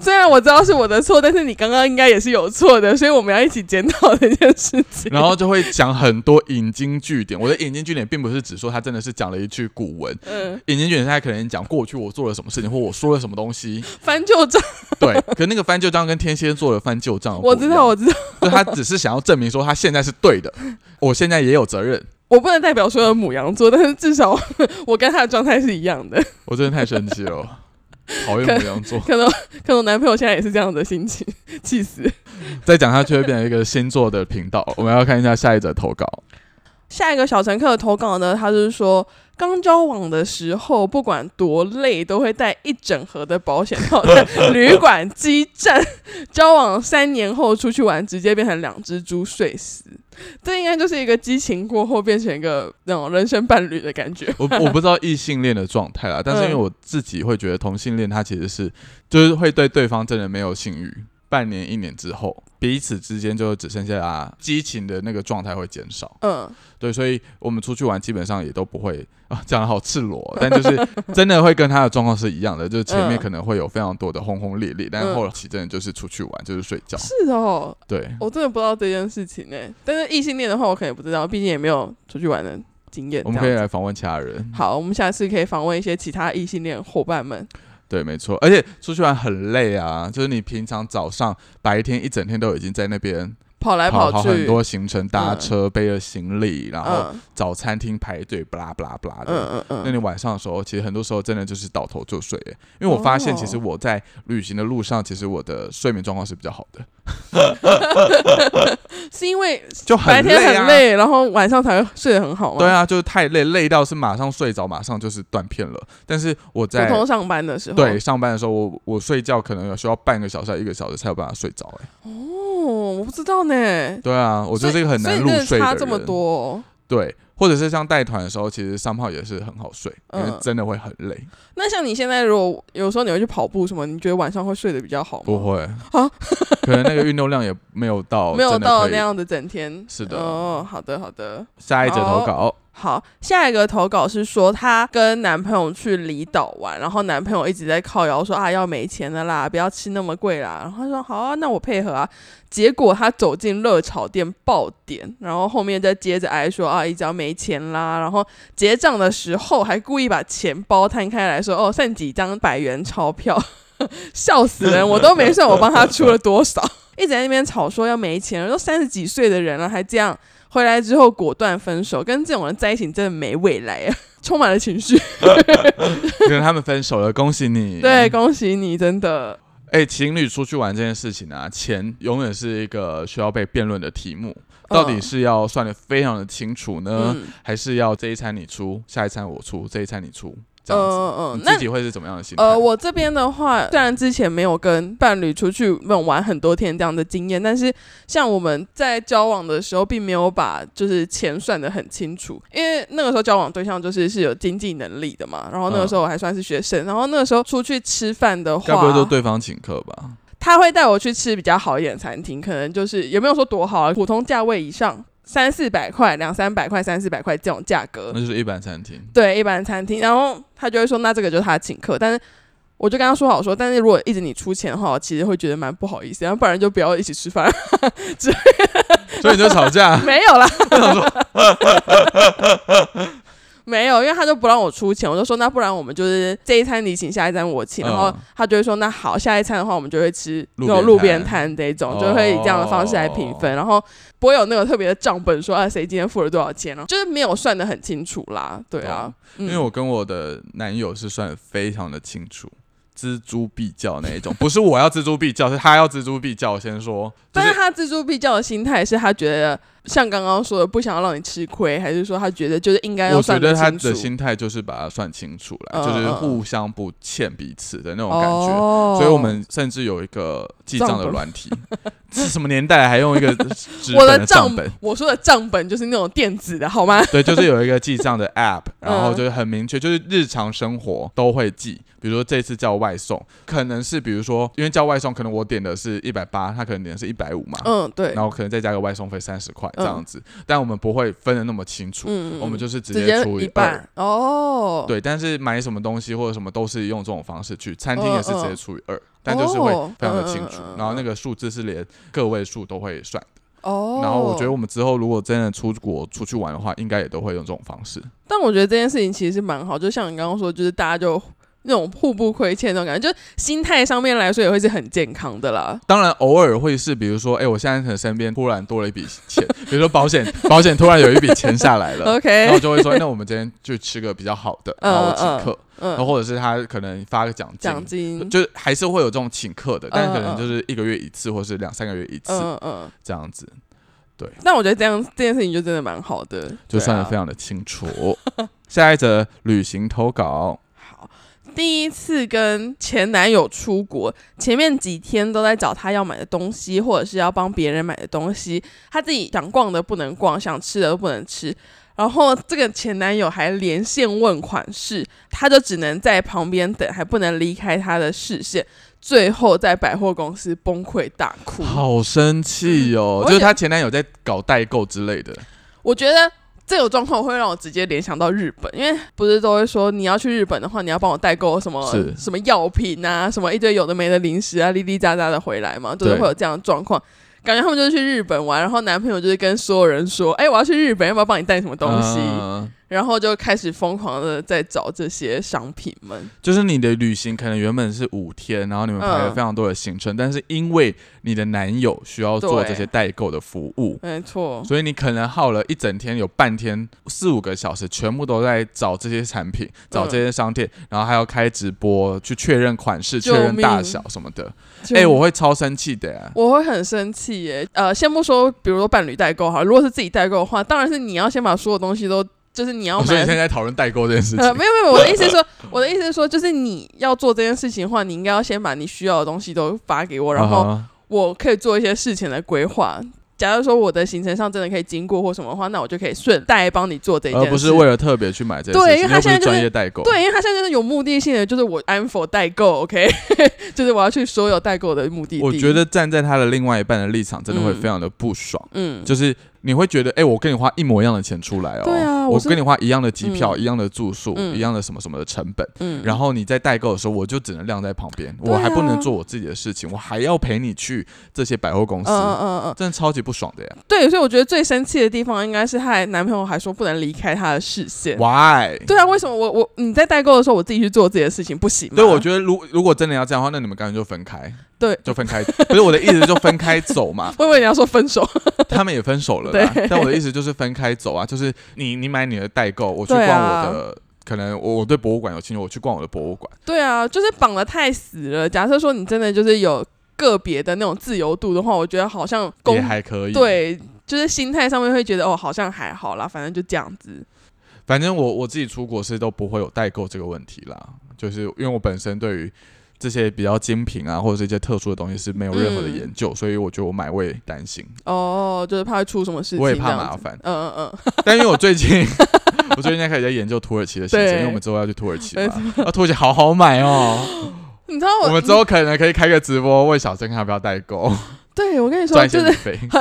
S2: 虽然我知道是我的错，但是你刚刚应该也是有错的，所以我们要一起检讨这件事情。
S1: 然后就会讲很多引经据典。我的引经据典并不是只说他真的是讲了一句古文，
S2: 嗯，
S1: 引经据典是他可能讲过去我做了什么事情，或我说了什么东西。
S2: 翻旧账，
S1: 对，可那个翻旧账跟天蝎座的翻旧账，
S2: 我知道，，我知道，
S1: 就他只是想要证明说他现在是对的，我现在也有责任。
S2: 我不能代表所有的母羊座，但是至少 我跟他的状态是一样的。
S1: 我真的太生气了，讨厌母羊座。
S2: 可能可能我男朋友现在也是这样的心情，气死。
S1: 再讲下去会变成一个星座的频道。我们要看一下下一则投稿。
S2: 下一个小乘客的投稿呢，他就是说，刚交往的时候，不管多累，都会带一整盒的保险套在旅馆基站。 交往三年后出去玩，直接变成两只猪睡死。这应该就是一个激情过后变成一个那种人生伴侣的感觉。
S1: 我我不知道异性恋的状态啦，但是因为我自己会觉得同性恋他其实是就是会对对方真的没有性欲，半年一年之后，彼此之间就只剩下激情的那个状态会减少。
S2: 嗯，
S1: 对，所以我们出去玩基本上也都不会啊，讲的好赤裸，但就是真的会跟他的状况是一样的，就是前面
S2: 嗯
S1: 可能会有非常多的轰轰烈烈，但
S2: 嗯
S1: 后期真的就是出去玩就是睡觉。
S2: 是哦，
S1: 对，
S2: 我真的不知道这件事情呢、但是异性恋的话，我可能也不知道，毕竟也没有出去玩的经验。
S1: 我们可以啊
S2: 这样
S1: 来访问其他人。
S2: 子好，我们下次可以访问一些其他异性恋伙伴们。
S1: 对，没错，而且出去玩很累啊，就是你平常早上白天一整天都已经在那边
S2: 跑来
S1: 跑
S2: 跑
S1: 好
S2: 去，
S1: 很多行程，搭
S2: 嗯
S1: 车、背着行李，然后
S2: 嗯
S1: 找餐厅排队，不啦不啦不啦的。
S2: 嗯嗯
S1: 那
S2: 嗯，
S1: 你晚上的时候，其实很多时候真的就是倒头就睡、欸，因为我发现其实
S2: 哦
S1: 我在旅行的路上，其实我的睡眠状况是比较好 的，
S2: 是因为
S1: 就很
S2: 白天
S1: 累
S2: 很
S1: 啊。
S2: 累，然后晚上才会睡得很好吗？
S1: 对，啊，就是太累，累到是马上睡着，马上就是断片了。但是我
S2: 普
S1: 在
S2: 通上班的时候，
S1: 对上班的时候，我我睡觉可能有需要半个小时、一个小时才有办法睡着、欸，
S2: 哦，我不知道呢。
S1: 对啊，我觉得这个很难入
S2: 所以所
S1: 睡
S2: 以真的差
S1: 的
S2: 这么
S1: 人
S2: 多哦、
S1: 对，或者是像带团的时候，其实三炮也是很好睡，因为
S2: 嗯
S1: 真的会很累。
S2: 那像你现在如果有时候你会去跑步什么，你觉得晚上会睡得比较哦好吗？
S1: 不会，可能那个运动量也没有到，
S2: 没有
S1: 真的
S2: 到
S1: 可以
S2: 那。样的整天。
S1: 是的
S2: 哦，好的好的。
S1: 下一则投稿，
S2: 好，下一个投稿是说她跟男朋友去离岛玩，然后男朋友一直在靠谣说啊要没钱的啦，不要吃那么贵啦。然后她说好啊，那我配合啊。结果她走进热炒店爆点，然后后面再接着挨说啊一直要没钱啦。然后结账的时候还故意把钱包摊开来说哦剩几张百元钞票， 笑死人！我都没算我帮她出了多少， 一直在那边吵说要没钱了，都三十几岁的人了还这样。回来之后果断分手，跟这种人在一起真的没未来 啊，充满了情绪。
S1: 跟他们分手了，恭喜你。
S2: 对，，恭喜你，真的。
S1: 哎、情侣出去玩这件事情啊，钱永远是一个需要被辩论的题目， 到底是要算的非常的清楚呢，
S2: 嗯
S1: 还是要这一餐你出，下一餐我出，这一餐你出，这样子？
S2: 嗯嗯嗯
S1: 你，
S2: 那
S1: 自己会是怎么样的心态？
S2: 呃，我这边的话，虽然之前没有跟伴侣出去那种玩很多天这样的经验，但是像我们在交往的时候，并没有把就是钱算得很清楚，因为那个时候交往对象就是是有经济能力的嘛，然后那个时候我还算是学生，然后那个时候出去吃饭的
S1: 嗯该不会
S2: 话，
S1: 都对方请客吧？
S2: 他会带我去吃比较好一点的餐厅，可能就是也没有说多好啊，普通价位以上，三四百块、两三百块、三四百块这种价格
S1: 那，就是一般餐厅。
S2: 对一般餐厅。然后他就会说，那这个就是他的请客，但是。我就跟他说好说，但是如果一直你出钱的话，我其实会觉得蛮不好意思，然后不然就不要一起吃饭。。
S1: 所以你就吵架
S2: 没有啦，没有，因为他就不让我出钱，我就说那不然我们就是这一餐你请，下一餐我请，
S1: 嗯
S2: 然后他就会说那好，下一餐的话我们就会吃
S1: 路
S2: 那
S1: 边
S2: 种路边
S1: 摊哦
S2: 摊这种，就会以这样的方式来平分，然后不会有那个特别的账本说啊谁今天付了多少钱，然后就是没有算的很清楚啦，对啊
S1: 懂，哦因
S2: 嗯
S1: 为我跟我的男友是算得非常的清楚，锱铢必较那一种，不是我要锱铢必较，是他要锱铢必较。我先说，就
S2: 但
S1: 是
S2: 是他锱铢必较的心态是他觉得像刚刚说的不想要让你吃亏，还是说他觉得就是应该要
S1: 我
S2: 算
S1: 觉得他
S2: 清楚
S1: 的心态就是把它算清楚了，
S2: 嗯
S1: 就是
S2: 嗯嗯
S1: 互相不欠彼此的那种感觉。
S2: 哦，
S1: 所以我们甚至有一个记账
S2: 账
S1: 的
S2: 本
S1: 软体， 这什么年代啊还用一个纸
S2: 我
S1: 本的
S2: 账
S1: 账本？，
S2: 我说的账本就是那种电子的，好吗？
S1: 对，就是有一个记账的 app，然后
S2: 嗯
S1: 就是很明确，就是日常生活都会记。比如说这次叫外送，可能是比如说因为叫外送，可能我点的是一百八，他可能点的是一百五嘛，
S2: 嗯，对嗯
S1: 然，后可能再加个外送费三十块，这样子，但我们不会分的那么清楚，
S2: 嗯，嗯
S1: 我们就是直
S2: 直接
S1: 除
S2: 一
S1: 以二。
S2: 半哦，，
S1: 对，但是买什么东西或者什么都是用这种方式去，餐厅也是直接除以二，但就是会非常的清楚
S2: 嗯哦嗯嗯嗯。嗯
S1: 然后那个数字是连个位数都会算。
S2: 哦，
S1: 然后我觉得我们之后如果真的出国出去玩的话，应该也都会用这种方式。
S2: 但我觉得这件事情其实是蛮好，就像你刚刚说，就是大家就那种互不亏欠那种感觉，就心态上面来说也会是很健康的啦。
S1: 当然，偶尔会是，比如说，哎、我现在可能身边突然多了一笔钱， 比如说保险，保险突然有一笔钱下来了，呃然
S2: OK，
S1: 后就会说，那我们今天就吃个比较好的，
S2: 嗯
S1: 然后请客，然后
S2: 嗯，
S1: 或者是他可能发个奖金，
S2: 奖金，
S1: 就是还是会有这种请客的，但可能
S2: 嗯嗯
S1: 就是一个月一次，或是两三个月一次、
S2: 嗯嗯。
S1: 这样子，
S2: 但我觉得这样这件事情就真的蛮好的，
S1: 就算的非
S2: 对啊、
S1: 常的清楚。 下一则旅行投稿，
S2: 好。第一次跟前男友出国，前面几天都在找他要买的东西，或者是要帮别人买的东西，他自己想逛的不能逛，想吃的都不能吃。然后这个前男友还连线问款式，他就只能在旁边等，还不能离开他的视线。最后在百货公司崩溃大哭。
S1: 好生气哦！
S2: 嗯我
S1: 就是
S2: 也
S1: 她前男友在搞代购之类的，
S2: 我觉得这种状况会让我直接联想到日本，因为不是都会说你要去日本的话，你要帮我代购什么
S1: 是
S2: 什么药品啊，什么一堆有的没的零食啊，哩哩喳喳的回来嘛，就是
S1: 对
S2: 会有这样的状况。感觉他们就是去日本玩，然后男朋友就是跟所有人说：“哎、我要去日本，要不要帮你带什么东西？”
S1: 嗯
S2: 然后就开始疯狂的在找这些商品们。
S1: 就是你的旅行可能原本是五天，然后你们排了
S2: 嗯
S1: 非常多的行程，但是因为你的男友需要做
S2: 对
S1: 这些代购的服务，
S2: 没错，
S1: 所以你可能耗了一整天，有半天四五个小时，全部都在找这些产品，
S2: 嗯
S1: 找这些商店，然后还要开直播去确认款式、
S2: 救
S1: 确
S2: 命
S1: 认大小什么的。
S2: 就
S1: 哎、我会超生气的、啊。
S2: 我会很生气耶。呃，先不说，比如说伴侣代购哈，如果是自己代购的话，当然是你要先把所有东西都，就是你要
S1: 我所以
S2: 买
S1: 现在在讨论代购这件事情。
S2: 哦呃，没有没有，我的意思 是说，我的意思是说，就是你要做这件事情的话，你应该要先把你需要的东西都发给我，然后
S1: 啊
S2: 我可以做一些事前的规划。假如说我的行程上真的可以经过或什么的话，那我就可以顺带帮你做这
S1: 哈
S2: 件事。
S1: 而哦不是为了特别去买这些
S2: 对
S1: 事情，
S2: 因为
S1: 你
S2: 他
S1: 又不
S2: 现在
S1: 是
S2: 就是
S1: 专业代购。
S2: 对，因为他现在就是有目的性的，就是我 I'm for 代购，OK，就是 我要去所有代购的目的地。
S1: 我觉，得站在他的另外一半的立场，真的会
S2: 嗯
S1: 非常的不爽。
S2: 嗯，
S1: 就是你会觉得，哎、我跟你花一模一样的钱出来哦，
S2: 对啊
S1: 我
S2: 我是
S1: 跟你花一样的机票、
S2: 嗯
S1: 一样的住宿、
S2: 嗯
S1: 一样的什么什么的成本，
S2: 嗯，
S1: 然后你在代购的时候，我就只能晾在旁边，
S2: 对啊
S1: 我还不能做我自己的事情，我还要陪你去这些百货公司，
S2: 嗯嗯嗯嗯，
S1: 真的超级不爽的呀
S2: 对，所以我觉得最生气的地方应该是她的男朋友还说不能离开她的视线。
S1: ，Why？
S2: 对啊，为什么我我你在代购的时候，我自己去做自己的事情不行吗？
S1: 对，我觉得如如果真的要这样的话，那你们干脆就分开，
S2: 对
S1: 就分开。不是我的意思，就分开走
S2: 。
S1: 嘛
S2: 我以为你要说分手。
S1: 他们也分手了啦
S2: 对，
S1: 但我的意思就是分开走啊，就是你你买你的代购，我去逛
S2: 对啊
S1: 我的，可能我我对博物馆有兴趣，我去逛我的博物馆。
S2: 对啊，就是绑得太死了。假设说你真的就是有个别的那种自由度的话，我觉得好像公
S1: 也还可以。，
S2: 对，就是心态上面会觉得哦，好像还好啦，反正就这样子。
S1: 反正我我自己出国是都不会有代购这个问题啦，就是因为我本身对于这些比较精品啊，或者是一些特殊的东西是没有任何的
S2: 嗯
S1: 研究，所以我觉得我买我也担心，
S2: 哦，就是怕会出什么事情，
S1: 我也怕
S2: 这样子
S1: 麻烦。
S2: 嗯嗯 嗯，
S1: 但因为我最近。我最近在开始在研究土耳其的行程，
S2: 对
S1: 因为我们之后要去土耳其嘛，啊，土耳其好好买哦。
S2: 你知 道我
S1: 我们之后可能可以开个直播，问小珍看要不要代购，
S2: 对我跟你说，
S1: 赚一
S2: 就
S1: 些
S2: 是
S1: 旅费。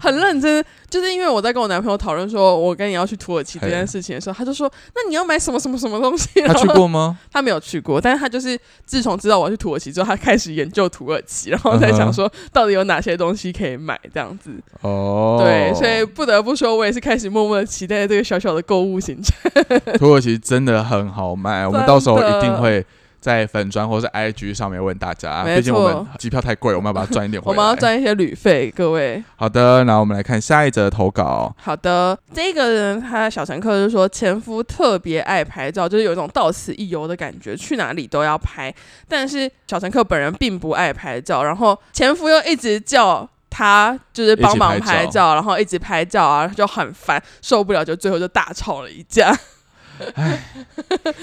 S2: 很认真，就是因为我在跟我男朋友讨论说我跟你要去土耳其这件
S1: 嘿
S2: 事情的时候，他就说那你要买什么什么什么东西？
S1: 他
S2: 然后
S1: 去过吗？
S2: 他没有去过，但是他就是自从知道我要去土耳其之后，他开始研究土耳其，然后在
S1: 嗯
S2: 想
S1: 哼
S2: 说到底有哪些东西可以买这样子。
S1: 哦，
S2: 对，所以不得不说，我也是开始默默的期待这个小小的购物行程。
S1: 土耳其真的很好 卖，我们到时候一定会在粉砖或是 IG 上面问大家，
S2: 没错
S1: 毕竟我们机票太贵，我们要把它赚一点回
S2: 我
S1: 来。
S2: 们要。赚一些旅费，各位。
S1: 好的，那我们来看下一则投稿。
S2: 好的，这个人他小乘客就说前夫特别爱拍照，就是有一种到此一游的感觉，去哪里都要拍。但是小乘客本人并不爱拍照，然后前夫又一直叫他就是帮忙
S1: 一起拍
S2: 拍照，然后一直拍照啊，就很烦，受不了，就最后就大吵了一架。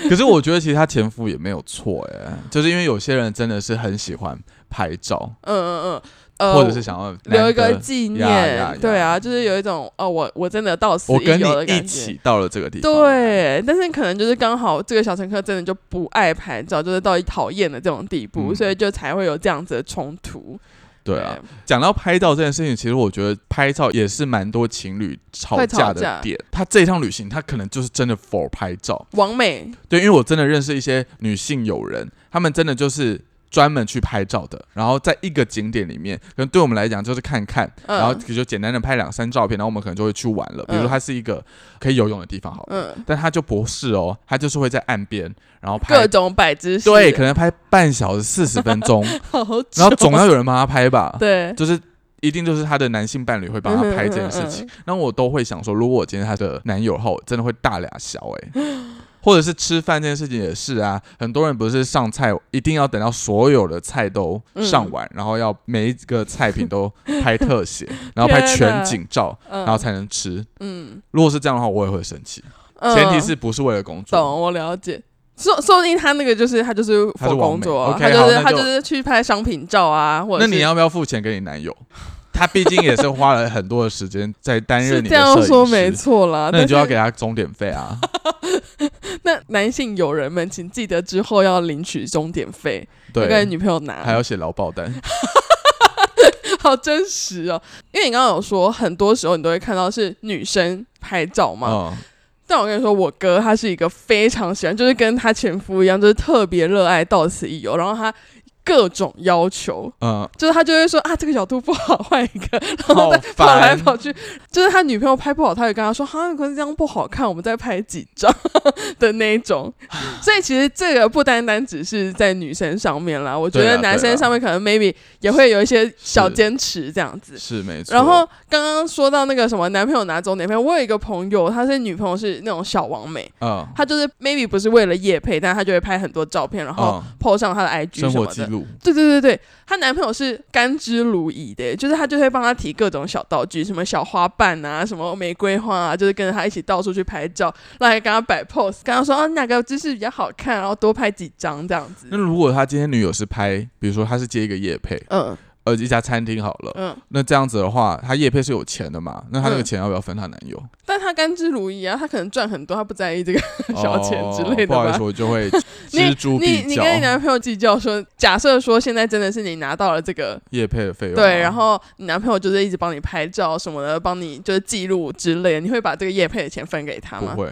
S1: 可是我觉得其实她前夫也没有错，哎，就是因为有些人真的是很喜欢拍照，
S2: 嗯嗯嗯，呃，
S1: 或者是想要
S2: 留
S1: 难
S2: 一
S1: 得
S2: 个纪
S1: 呀呀
S2: 念，对
S1: 呀
S2: 啊，就是有一种哦，我我真的到此
S1: 我
S2: 一
S1: 跟你
S2: 游的
S1: 一
S2: 感觉。
S1: 起到了这个地方。，
S2: 对，但是可能就是刚好这个小乘客真的就不爱拍照，就是到讨厌的这种地步，
S1: 嗯
S2: 所以就才会有这样子的冲突。
S1: 对啊，讲到拍照这件事情，其实我觉得拍照也是蛮多情侣吵
S2: 会吵
S1: 架
S2: 架
S1: 的点。他这趟旅行，他可能就是真的 for 拍照，
S2: 完美，
S1: 对，因为我真的认识一些女性友人，她们真的就是专门去拍照的，然后在一个景点里面，可能对我们来讲就是看看，
S2: 嗯
S1: 然后就简单的拍两三照片，然后我们可能就会去玩了。比如说它是一个可以游泳的地方好了，
S2: 嗯，
S1: 但它就不是哦，它就是会在岸边，然后
S2: 各
S1: 拍。
S2: 种摆姿势，
S1: 对，可能拍半小时四十分钟，
S2: 好 久，
S1: 然后总要有人帮他拍吧，
S2: 对，
S1: 就是一定就是他的男性伴侣会帮他拍这件事情。
S2: 嗯，嗯嗯
S1: 那我都会想说，如果我今天她的男友的话，我真的会大俩小哎、或者是吃饭这件事情也是啊，很多人不是上菜一定要等到所有的菜都上
S2: 嗯
S1: 完，然后要每一个菜品都拍特 写，然后拍全景照，
S2: 嗯
S1: 然后才能吃。
S2: 嗯，
S1: 如果是这样的话，我也会生气。
S2: 嗯
S1: 前提是不是为了工作？
S2: 懂，我了解。说说不定他那个就是他就是
S1: 他是
S2: 否
S1: 完
S2: 工
S1: 美
S2: 作啊，
S1: OK，
S2: 他
S1: 好
S2: 就是
S1: 那
S2: 他
S1: 就
S2: 就是去拍商品照啊，或者
S1: 那
S2: 是
S1: 你要不要付钱给你男友？ 他毕竟也是花了很多的时间在担
S2: 是
S1: 任你
S2: 这
S1: 的
S2: 样
S1: 摄
S2: 说
S1: 影
S2: 没
S1: 师，
S2: 错啦。
S1: 那
S2: 但
S1: 你就要
S2: 是
S1: 给他钟点费 啊。
S2: 那男性友人们，请记得之后要领取钟点费，要
S1: 对，
S2: 跟女朋友拿，
S1: 还要写劳保 单。
S2: 好真实哦。因为你刚刚有说，很多时候你都会看到是女生拍照嘛，
S1: 嗯，
S2: 但我跟你说，我哥他是一个非常喜欢，就是跟他前夫一样，就是特别热爱到此一游，然后他各种要求，
S1: 嗯，
S2: 就是他就会说啊，这个角度不好，换一个， 然后
S1: 好
S2: 再跑来
S1: 烦
S2: 跑去。就是他女朋友拍不好，他也跟他说哈，可是这样不好看，我们再拍几张 的那一种。所以其实这个不单单只是在女生上面啦，我觉
S1: 对
S2: 得
S1: 啦
S2: 男
S1: 对
S2: 生
S1: 啦
S2: 上面可能 maybe 也会有一些小
S1: 是
S2: 坚持这样子。
S1: 是没错。
S2: 然后刚刚说到那个什么男朋友拿钟点费，我有一个朋友，他是女朋友是那种小王美，
S1: 嗯，
S2: 他就是 maybe 不是为了夜配，但他就会拍很多照片，然后
S1: 嗯
S2: PO 上他的 IG
S1: 生
S2: 什
S1: 活
S2: 么
S1: 记
S2: 的。
S1: 录，
S2: 对对对对，她男朋友是甘之如饴的，就是他就会帮她提各种小道具，什么小花瓣啊，什么玫瑰花啊，就是跟着她一起到处去拍照，然后还跟她摆 pose，跟她说啊哪个姿势比较好看，然后多拍几张这样 子
S1: 那。如果他今天女友是拍，比如说他是接一个夜配，
S2: 嗯
S1: 呃，一家餐厅好了，
S2: 嗯，
S1: 那这样子的话，他夜配是有钱的嘛？那他那个
S2: 嗯
S1: 钱要不要分她男友？
S2: 但她甘之如饴啊，她可能赚很多，她不在意 这个 小钱之类
S1: 哦不
S2: 的
S1: 好意
S2: 吧
S1: 思，。我就会
S2: 你
S1: 锱铢
S2: 你
S1: 必
S2: 你
S1: 较
S2: 跟你男朋友计较说，假设说现在真的是你拿到了这个
S1: 夜配的费用啊。
S2: 对，然后你男朋友就是一直帮你拍照什么的，帮你就是记录之类的，你会把这个业配的钱分给他
S1: 不
S2: 吗？
S1: 会。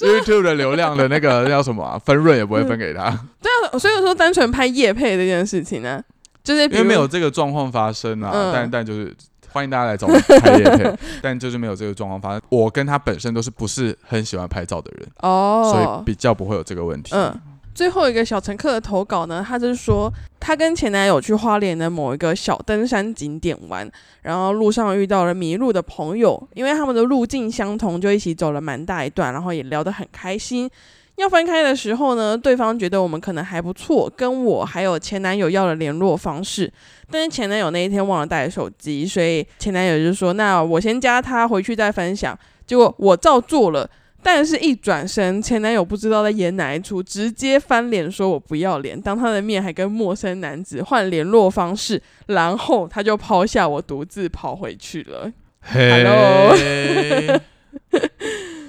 S1: YouTube 的流量的那个叫什么啊分润也不会分给他，
S2: 那所以说，单纯拍业配这件事情呢，就是 比
S1: 因为
S2: 如
S1: 没有这个状况发生啊。
S2: 嗯
S1: 但但就是欢迎大家来找我拍夜 配，但就是没有这个状况发生。我跟他本身都是不是很喜欢拍照的人，所
S2: 哦
S1: 以，比较不会有这个问题。
S2: 嗯。最后一个小乘客的投稿呢，他就是说，他跟前男友去花莲的某一个小登山景点玩，然后路上遇到了迷路的朋友，因为他们的路径相同，就一起走了蛮大一段，然后也聊得很开心。要分开的时候呢，对方觉得我们可能还不错，跟我还有前男友要了联络方式，但是前男友那一天忘了带手机，所以前男友就说：“那我先加他，回去再分享。”结果我照做了。但是，一转身，前男友不知道在演哪一出，直接翻脸说我不要脸，当他的面还跟陌生男子换联络方式，然后他就抛下我，独自跑回去了。
S1: 嘿
S2: Hello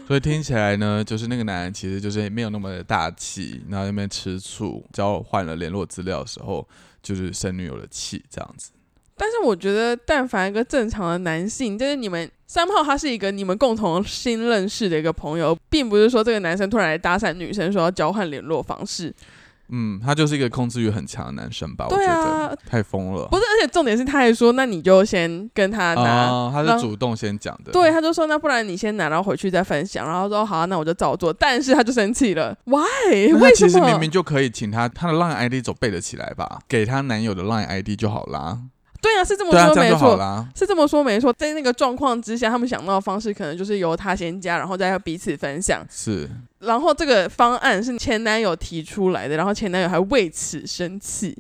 S1: 所以听起来呢，就是那个男人其实就是没有那么的大气，然后在那边吃醋，交换了联络资料的时候，就是生女友的气这样子。
S2: 但是我觉得，但凡一个正常的男性，就是你们三号，他是一个你们共同新认识的一个朋友，并不是说这个男生突然来搭讪女生说要交换联络方式。
S1: 嗯，他就是一个控制欲很强的男生吧？我
S2: 对
S1: 觉
S2: 啊
S1: 得太疯了。
S2: 不是，而且重点是他还说，那你就先跟他拿。
S1: 啊，他
S2: 然
S1: 是
S2: 后
S1: 主动先讲的。
S2: 对，，他就说那不然你先拿，然后回去再分享。然后说好啊、那我就照做。但是他就生气了，Why？
S1: 那他
S2: 为什
S1: 其实
S2: 么？
S1: 明明就可以请他，他的 Line ID 总背得起来吧？给他男友的 Line ID 就好啦。
S2: 对啊，是这么
S1: 对啊，
S2: 说
S1: 这样
S2: 没
S1: 就好
S2: 错，
S1: 啦。
S2: 是这么说没错。在那个状况之下，他们想到的方式可能就是由他先加，然后再彼此分享。
S1: 是，
S2: 然后这个方案是前男友提出来的，然后前男友还为此生气。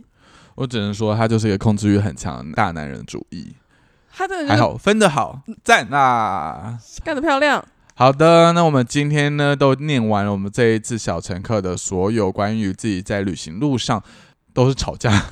S1: 我只能说他就是一个控制欲很强的大男人主义。
S2: 他真的
S1: 还
S2: 就
S1: 好分的好，赞啊啦！
S2: 是干得漂亮，
S1: 好的，那我们今天呢都念完了我们这一次小乘客的所有关于自己在旅行路上都是 吵架，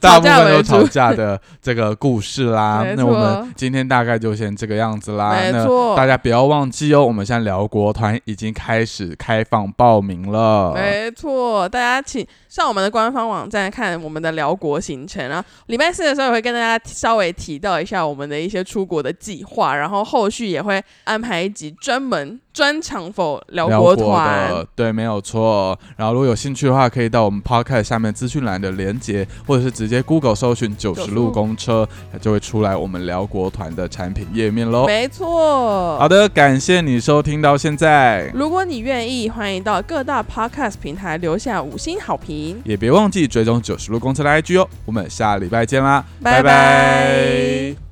S1: 大
S2: 吵架
S1: 部分
S2: 为
S1: 都
S2: 主
S1: 吵架的这个故事啦
S2: 没。
S1: 那我
S2: 错
S1: 们今天大概就先这个样子啦。
S2: 没
S1: 啊那
S2: 错
S1: 大家不要忘记哦，我们现在辽国团已经开始开放报名了。
S2: 没错，大家请上我们的官方网站看我们的辽国行程。然后礼拜四的时候也会跟大家稍微提到一下我们的一些出国的计划，然后后续也会安排一集专门专场否辽
S1: 辽
S2: 国团。
S1: 的，对，没有错。然后如果有兴趣的话，可以到我们 podcast 下面资讯栏的连接，或者是直接 Google 搜寻“九十路公车”，它就会出来我们辽国团的产品页面喽。
S2: 没错。
S1: 哦好的，感谢你收听到现在，
S2: 如果你愿意，欢迎到各大 podcast 平台留下五星好评。
S1: 也别忘记追踪九十路公车的 IG 哦。我们下礼拜见啦，
S2: 拜拜
S1: 拜